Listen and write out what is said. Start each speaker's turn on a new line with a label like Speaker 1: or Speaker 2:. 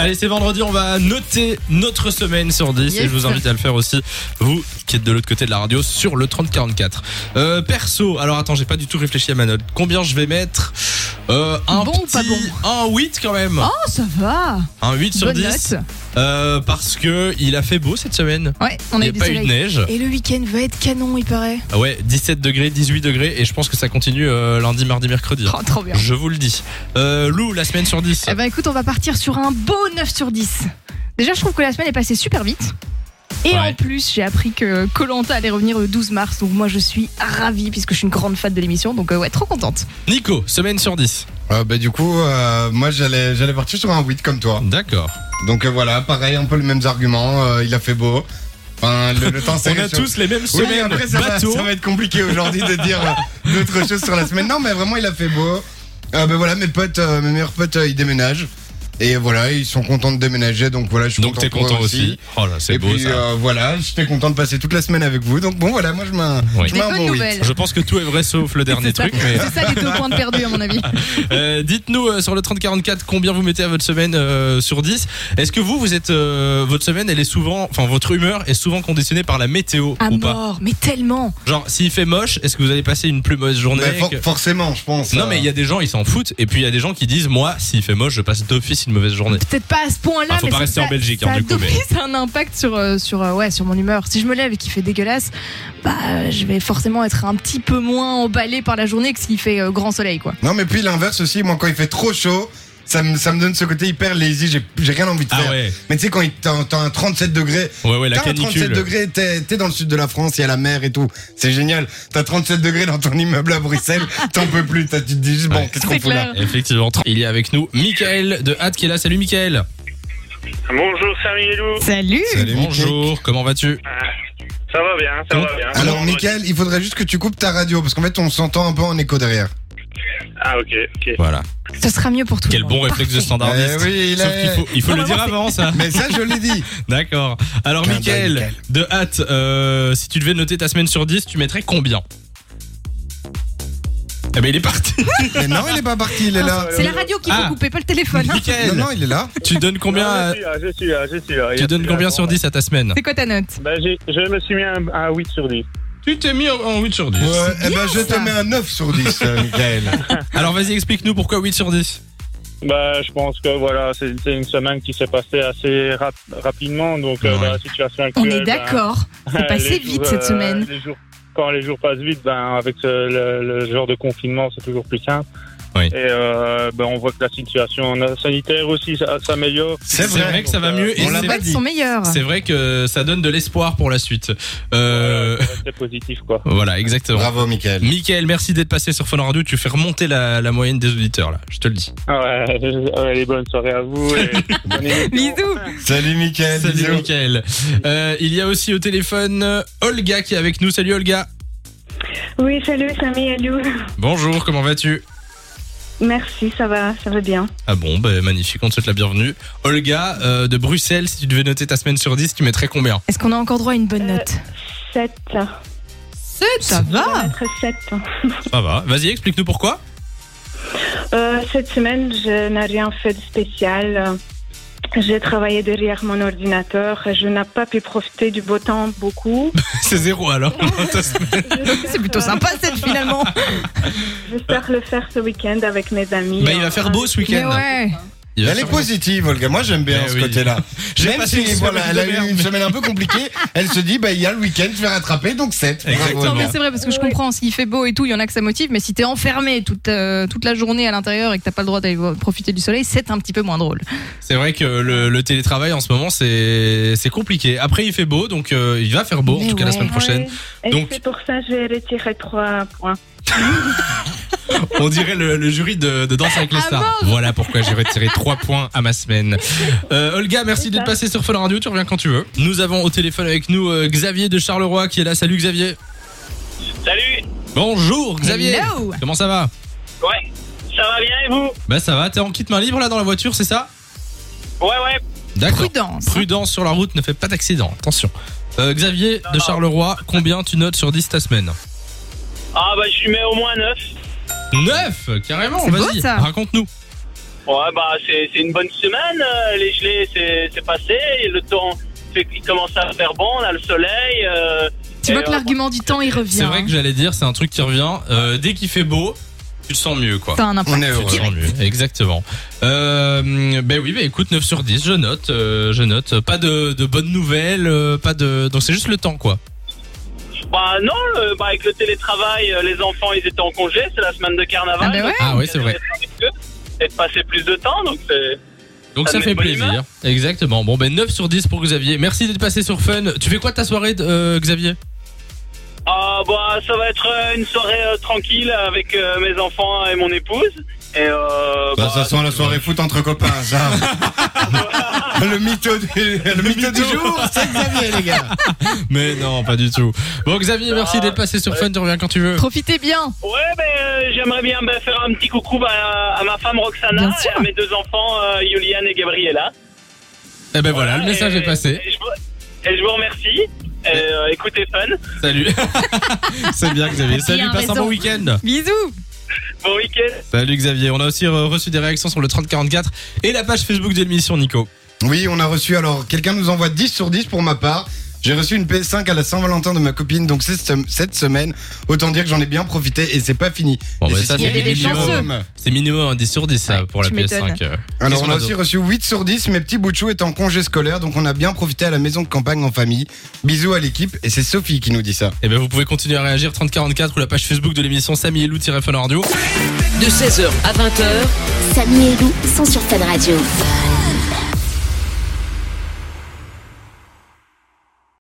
Speaker 1: Allez, c'est vendredi, on va noter notre semaine sur 10 et
Speaker 2: Yes.
Speaker 1: je vous invite à le faire aussi, vous qui êtes de l'autre côté de la radio, sur le 3044. Euh, perso, alors attends, j'ai pas du tout réfléchi à ma note. Combien je vais mettre euh, un
Speaker 2: Bon ou pas
Speaker 1: petit- Un 8 quand même.
Speaker 2: Oh, ça va
Speaker 1: un 8 sur
Speaker 2: Bonne
Speaker 1: 10.
Speaker 2: note.
Speaker 1: euh, parce que il a fait beau cette semaine.
Speaker 2: Ouais, on
Speaker 1: Il
Speaker 2: a
Speaker 1: n'y
Speaker 2: eu
Speaker 1: a
Speaker 2: du
Speaker 1: pas eu de
Speaker 2: soleil.
Speaker 1: neige.
Speaker 2: Et le week-end va être canon, il paraît.
Speaker 1: Ah Ouais, 17 degrés, 18 degrés et je pense que ça continue euh, lundi, mardi, mercredi.
Speaker 2: Oh, trop bien.
Speaker 1: Je vous le dis. Euh, Lou, la semaine sur 10.
Speaker 2: Eh ben écoute, on va partir sur un beau 9 sur 10. Déjà, je trouve que la semaine est passée super vite. Et
Speaker 1: Ouais.
Speaker 2: en plus, j'ai appris que Colanta allait revenir le 12 mars. Donc moi, je suis ravie puisque je suis une grande fan de l'émission. Donc euh, ouais, trop contente.
Speaker 1: Nico, semaine sur 10.
Speaker 3: Euh, bah, du coup, euh, moi j'allais j'allais partir sur un 8 comme toi.
Speaker 1: D'accord.
Speaker 3: Donc euh, voilà, pareil, un peu les mêmes arguments. euh, il a fait beau. Enfin, le, le temps
Speaker 1: On
Speaker 3: s'est
Speaker 1: a
Speaker 3: réchauffé.
Speaker 1: tous les mêmes
Speaker 3: Oui,
Speaker 1: semaines.
Speaker 3: après ça va,
Speaker 1: Bateau.
Speaker 3: ça va être compliqué aujourd'hui de dire euh, d'autres choses sur la semaine. Non, mais vraiment, il a fait beau. Euh, ben voilà, mes potes, euh, mes meilleurs potes, euh, ils déménagent. Et voilà, ils sont contents de déménager, donc voilà, je suis
Speaker 1: Donc
Speaker 3: content,
Speaker 1: t'es
Speaker 3: pour eux
Speaker 1: content aussi. Oh là, c'est
Speaker 3: Et
Speaker 1: beau
Speaker 3: puis
Speaker 1: ça.
Speaker 3: euh, voilà, j'étais content de passer toute la semaine avec vous. Donc bon, voilà, moi je mets un,
Speaker 1: Oui.
Speaker 3: je
Speaker 2: Des
Speaker 3: mets un
Speaker 2: bonnes
Speaker 3: bon huit.
Speaker 2: nouvelles.
Speaker 1: Je pense que tout est vrai sauf le dernier
Speaker 2: C'est ça.
Speaker 1: truc. Mais
Speaker 2: C'est ça les deux points de perdu à mon avis.
Speaker 1: Euh, dites-nous euh, sur le 3044 combien vous mettez à votre semaine euh, sur 10. Est-ce que vous, vous êtes euh, votre semaine, elle est souvent, enfin votre humeur est souvent conditionnée par la météo
Speaker 2: À
Speaker 1: ou pas
Speaker 2: mort, mais tellement.
Speaker 1: Genre s'il fait moche, est-ce que vous allez passer une plus mauvaise journée
Speaker 3: Mais for-
Speaker 1: que-
Speaker 3: forcément, je pense. euh,
Speaker 1: Non mais il y a des gens ils s'en foutent et puis il y a des gens qui disent moi s'il fait moche je passe d'office une mauvaise journée.
Speaker 2: Peut-être pas à ce point-là,
Speaker 1: Ah, faut
Speaker 2: mais
Speaker 1: pas
Speaker 2: ça-
Speaker 1: rester en
Speaker 2: ça-
Speaker 1: Belgique,
Speaker 2: ça
Speaker 1: hein,
Speaker 2: a
Speaker 1: du coup,
Speaker 2: d'office un impact sur euh, sur euh, ouais sur mon humeur. Si je me lève et qu'il fait dégueulasse, bah euh, je vais forcément être un petit peu moins emballé par la journée que s'il fait euh, grand soleil quoi.
Speaker 3: Non, mais puis l'inverse aussi, moi quand il fait trop chaud, ça me, ça me donne ce côté hyper lazy, j'ai j'ai rien envie de
Speaker 1: Ah
Speaker 3: faire.
Speaker 1: ouais,
Speaker 3: Mais tu sais, quand il- t'as t'as un 37 degrés,
Speaker 1: ouais ouais la
Speaker 3: t'as un 37
Speaker 1: canicule.
Speaker 3: degrés, t'es t'es dans le sud de la France, il y a la mer et tout, c'est génial. T'as 37 degrés dans ton immeuble à Bruxelles, t'en peux plus, t'as- tu te dis juste, bon,
Speaker 1: Ouais.
Speaker 2: C'est
Speaker 3: qu'est-ce qu'on fout
Speaker 2: clair.
Speaker 3: là
Speaker 1: Effectivement, il y a avec nous Michael de Hat qui est là. Salut Michael.
Speaker 4: Bonjour Samy et Lou.
Speaker 2: Salut.
Speaker 3: Salut,
Speaker 1: Bonjour, comment vas-tu
Speaker 4: Ça va bien, ça
Speaker 1: Comment-
Speaker 4: va bien.
Speaker 3: Alors,
Speaker 4: Bon,
Speaker 3: Michael, il faudrait juste que tu coupes ta radio, parce qu'en fait, on s'entend un peu en écho derrière.
Speaker 4: Ah ok, ok.
Speaker 1: Voilà.
Speaker 2: Ce sera mieux pour tout
Speaker 1: Quel
Speaker 2: le
Speaker 1: bon
Speaker 2: monde.
Speaker 1: réflexe de
Speaker 2: Parfait.
Speaker 1: standardiste.
Speaker 3: Eh oui, il
Speaker 1: Sauf
Speaker 3: est-
Speaker 1: qu'il faut, il faut le
Speaker 2: Normalement,
Speaker 1: dire
Speaker 2: c'est-
Speaker 1: avant ça.
Speaker 3: Mais ça, je l'ai dit.
Speaker 1: D'accord. Alors,
Speaker 3: Clin d'œil,
Speaker 1: Michael,
Speaker 3: Michael.
Speaker 1: de hâte, euh, si tu devais noter ta semaine sur 10, tu mettrais combien Eh ben, il est parti.
Speaker 3: Mais non, il est pas parti, il est là.
Speaker 2: C'est la radio qui faut
Speaker 1: Ah.
Speaker 2: couper, pas le téléphone. hein.
Speaker 3: Non,
Speaker 1: Michael,
Speaker 3: non, il est là.
Speaker 1: tu donnes combien
Speaker 4: Non,
Speaker 1: à-
Speaker 4: je suis là, je suis là, je suis là.
Speaker 1: Tu donnes combien sur 10 à ta semaine
Speaker 2: C'est quoi ta note
Speaker 4: bah, j'ai- Je me suis mis un, un 8 sur 10.
Speaker 1: Tu t'es mis en 8 sur 10.
Speaker 3: Ouais, eh ben,
Speaker 2: bien,
Speaker 3: je te
Speaker 2: ça.
Speaker 3: mets un 9 sur 10, euh, Michael.
Speaker 1: Alors, vas-y, explique-nous pourquoi 8 sur 10.
Speaker 4: Bah, je pense que voilà, c'était une semaine qui s'est passée assez rap- rapidement, donc euh,
Speaker 1: Ouais.
Speaker 4: dans la situation
Speaker 2: On
Speaker 4: actuelle.
Speaker 2: est
Speaker 4: ben,
Speaker 2: d'accord.
Speaker 4: euh,
Speaker 2: C'est passé
Speaker 4: les jours,
Speaker 2: vite cette
Speaker 4: euh,
Speaker 2: semaine.
Speaker 4: les jours- quand les jours passent vite, ben, avec euh, le, le genre de confinement, c'est toujours plus simple.
Speaker 1: Oui.
Speaker 4: Et euh, ben, on voit que la situation sanitaire aussi ça- s'améliore.
Speaker 3: C'est
Speaker 1: vrai. que ça va
Speaker 4: Donc, euh,
Speaker 1: mieux et
Speaker 3: on l'a
Speaker 1: c'est-
Speaker 2: Les
Speaker 3: pas
Speaker 2: notes
Speaker 3: dit.
Speaker 2: sont meilleures.
Speaker 1: C'est vrai que ça donne de l'espoir pour la suite. Euh,
Speaker 4: C'est positif quoi.
Speaker 1: Voilà, exactement.
Speaker 3: Bravo, Michael.
Speaker 1: Michael, merci d'être passé sur Fun Radio. Tu fais remonter la, la moyenne des auditeurs, là. Je te le dis.
Speaker 4: Ouais, ouais, les bonnes soirées à vous. Et bonne émission.
Speaker 2: Bisous.
Speaker 3: Salut, Michael.
Speaker 1: Salut,
Speaker 3: bisous.
Speaker 1: Michael. Euh, il y a aussi au téléphone euh, Olga qui est avec nous. Salut, Olga.
Speaker 5: Oui, salut Samy, allô.
Speaker 1: Bonjour, comment vas-tu
Speaker 5: Merci, ça va, ça va bien.
Speaker 1: Ah bon, bah, magnifique, on te souhaite la bienvenue. Olga, euh, de Bruxelles, si tu devais noter ta semaine sur 10, tu mettrais combien
Speaker 2: Est-ce qu'on a encore droit à une bonne
Speaker 5: Euh,
Speaker 2: note
Speaker 5: 7.
Speaker 2: Ça
Speaker 1: Ah.
Speaker 2: va.
Speaker 5: Très 7.
Speaker 1: Ça va. Vas-y, explique-nous pourquoi.
Speaker 5: Euh, cette semaine, je n'ai rien fait de spécial. Euh, J'ai travaillé derrière mon ordinateur. Je n'ai pas pu profiter du beau temps beaucoup.
Speaker 1: C'est zéro alors.
Speaker 5: J'espère,
Speaker 2: C'est plutôt
Speaker 5: euh,
Speaker 2: sympa cette finalement.
Speaker 5: J'espère le faire ce week-end avec mes amis. Euh,
Speaker 1: bah, il va faire beau ce
Speaker 2: Mais
Speaker 1: week-end.
Speaker 2: ouais.
Speaker 1: Il va
Speaker 3: Elle est
Speaker 1: faire-
Speaker 3: positive, Olga. Moi, j'aime bien
Speaker 1: Eh
Speaker 3: ce
Speaker 1: oui.
Speaker 3: côté-là.
Speaker 1: J'ai
Speaker 3: Même
Speaker 1: passé
Speaker 3: si
Speaker 1: une semaine
Speaker 3: voilà,
Speaker 1: de
Speaker 3: elle a eu
Speaker 1: merde.
Speaker 3: une semaine un peu compliquée, elle se dit, bah, il y a le week-end, je vais rattraper, donc 7.
Speaker 1: Exactement.
Speaker 2: Non, mais c'est vrai parce que je
Speaker 5: Ouais.
Speaker 2: comprends s'il fait beau et tout, il y en a que ça motive. Mais si t'es enfermé toute euh, toute la journée à l'intérieur et que t'as pas le droit d'aller voir- profiter du soleil, c'est un petit peu moins drôle.
Speaker 1: C'est vrai que le, le télétravail en ce moment, c'est c'est compliqué. Après, il fait beau, donc euh, il va faire beau, en
Speaker 2: Mais
Speaker 1: tout cas la
Speaker 2: ouais.
Speaker 1: semaine prochaine.
Speaker 5: Et
Speaker 1: Donc-
Speaker 5: c'est pour ça que je vais retirer 3 points.
Speaker 1: On dirait le, le jury de, de Danse avec les
Speaker 2: Ah,
Speaker 1: stars. voilà pourquoi j'ai retiré 3 points à ma semaine. Euh, Olga, merci
Speaker 5: C'est
Speaker 1: d'être
Speaker 5: ça.
Speaker 1: passé sur Fun Radio. Tu reviens quand tu veux. Nous avons au téléphone avec nous euh, Xavier de Charleroi qui est là. Salut Xavier.
Speaker 4: Salut.
Speaker 1: Bonjour Xavier.
Speaker 2: Hello.
Speaker 1: Comment ça va
Speaker 4: Ouais. Ça va bien et vous
Speaker 1: Bah ça va. T'es en kit main libre là dans la voiture, c'est ça
Speaker 4: Ouais, ouais.
Speaker 1: D'accord.
Speaker 2: Prudence.
Speaker 1: Prudence sur la route, ne fais pas d'accident. Attention. Euh, Xavier
Speaker 4: Non,
Speaker 1: de
Speaker 4: non.
Speaker 1: Charleroi, combien tu notes sur 10 ta semaine
Speaker 4: Ah bah je lui mets au moins 9.
Speaker 1: 9 Carrément,
Speaker 2: C'est beau,
Speaker 1: vas-y,
Speaker 2: ça.
Speaker 1: raconte-nous.
Speaker 6: Ouais, bah, c'est c'est une bonne semaine. euh, Les gelées, c'est c'est passé. Et le temps, fait, il commence à faire bon. On a le soleil. euh,
Speaker 2: Tu
Speaker 6: et
Speaker 2: vois que
Speaker 6: on-
Speaker 2: l'argument du temps, il revient.
Speaker 1: C'est vrai que j'allais dire, c'est un truc qui revient. Euh, dès qu'il fait beau, tu le sens mieux, quoi.
Speaker 2: T'as un impact.
Speaker 3: On est
Speaker 1: Tu le
Speaker 3: heureux.
Speaker 1: sens mieux, exactement. Euh, ben oui, ben écoute, 9 sur 10, je note, euh, je note. Pas de, de bonnes nouvelles, euh, pas de. Donc c'est juste le temps, quoi.
Speaker 6: Bah, non, le- bah, avec le télétravail, euh, les enfants, ils étaient en congé. C'est la semaine de carnaval.
Speaker 2: Ah bah ouais.
Speaker 1: Ah ouais, c'est vrai.
Speaker 6: Et de passer plus de temps, donc c'est.
Speaker 1: Donc
Speaker 6: Ça
Speaker 1: ça
Speaker 6: met
Speaker 1: fait
Speaker 6: de bonne
Speaker 1: plaisir. Exactement. Bon, ben 9 sur 10 pour Xavier. Merci d'être passé sur Fun. Tu fais quoi ta soirée, euh, Xavier
Speaker 6: Ah, bah, ça va être euh, une soirée euh, tranquille avec euh, mes enfants et mon épouse. Et euh,
Speaker 3: Bah, ça sent la soirée foot entre copains, ça. le mytho du, le mytho du jour, c'est Xavier, les gars.
Speaker 1: Mais non, pas du tout. Bon, Xavier, merci
Speaker 6: Ah,
Speaker 1: d'être passé sur Fun. Tu reviens quand tu veux.
Speaker 2: Profitez bien.
Speaker 6: Ouais, ben, euh, j'aimerais bien ben, faire un petit coucou ben, à, à ma femme Roxana
Speaker 2: Bien sûr.
Speaker 6: et à mes deux enfants, euh, Julian et Gabriella.
Speaker 1: Eh ben voilà, le message
Speaker 6: Et-
Speaker 1: est passé.
Speaker 6: Et je, vous- et je vous remercie. Et, euh, écoutez, fun.
Speaker 1: Salut. c'est bien, Xavier. Salut,
Speaker 2: Bien
Speaker 1: passe un
Speaker 2: raison.
Speaker 1: bon week-end.
Speaker 2: Bisous.
Speaker 6: Bon week-end.
Speaker 1: Salut Xavier, on a aussi re- reçu des réactions sur le 3044 et la page Facebook de l'émission Nico.
Speaker 3: Oui, on a reçu, alors, quelqu'un nous envoie 10 sur 10 pour ma part. J'ai reçu une PS5 à la Saint-Valentin de ma copine, donc c'est ce- cette semaine. Autant dire que j'en ai bien profité et c'est pas fini.
Speaker 1: Bon,
Speaker 3: Et
Speaker 1: bah,
Speaker 3: c'est
Speaker 1: ça,
Speaker 3: ce
Speaker 2: Il y
Speaker 1: c'est
Speaker 3: qui est
Speaker 2: avait des
Speaker 1: minimum,
Speaker 2: chanceux.
Speaker 1: c'est minimum un 10 sur 10 ça,
Speaker 2: Ouais,
Speaker 1: pour la
Speaker 2: tu
Speaker 1: PS5. euh.
Speaker 3: Alors
Speaker 1: Qu'est-ce
Speaker 3: on a
Speaker 1: qu'on a
Speaker 3: aussi reçu 8 sur 10, mes petits bouchous est en congé scolaire, donc on a bien profité à la maison de campagne en famille. Bisous à l'équipe, et c'est Sophie qui nous dit ça.
Speaker 1: Et ben vous pouvez continuer à réagir 3044 ou la page Facebook de l'émission Samy et Lou-Fun Radio.
Speaker 7: De 16h à 20h,
Speaker 8: Samy et Lou sont sur Fun Radio.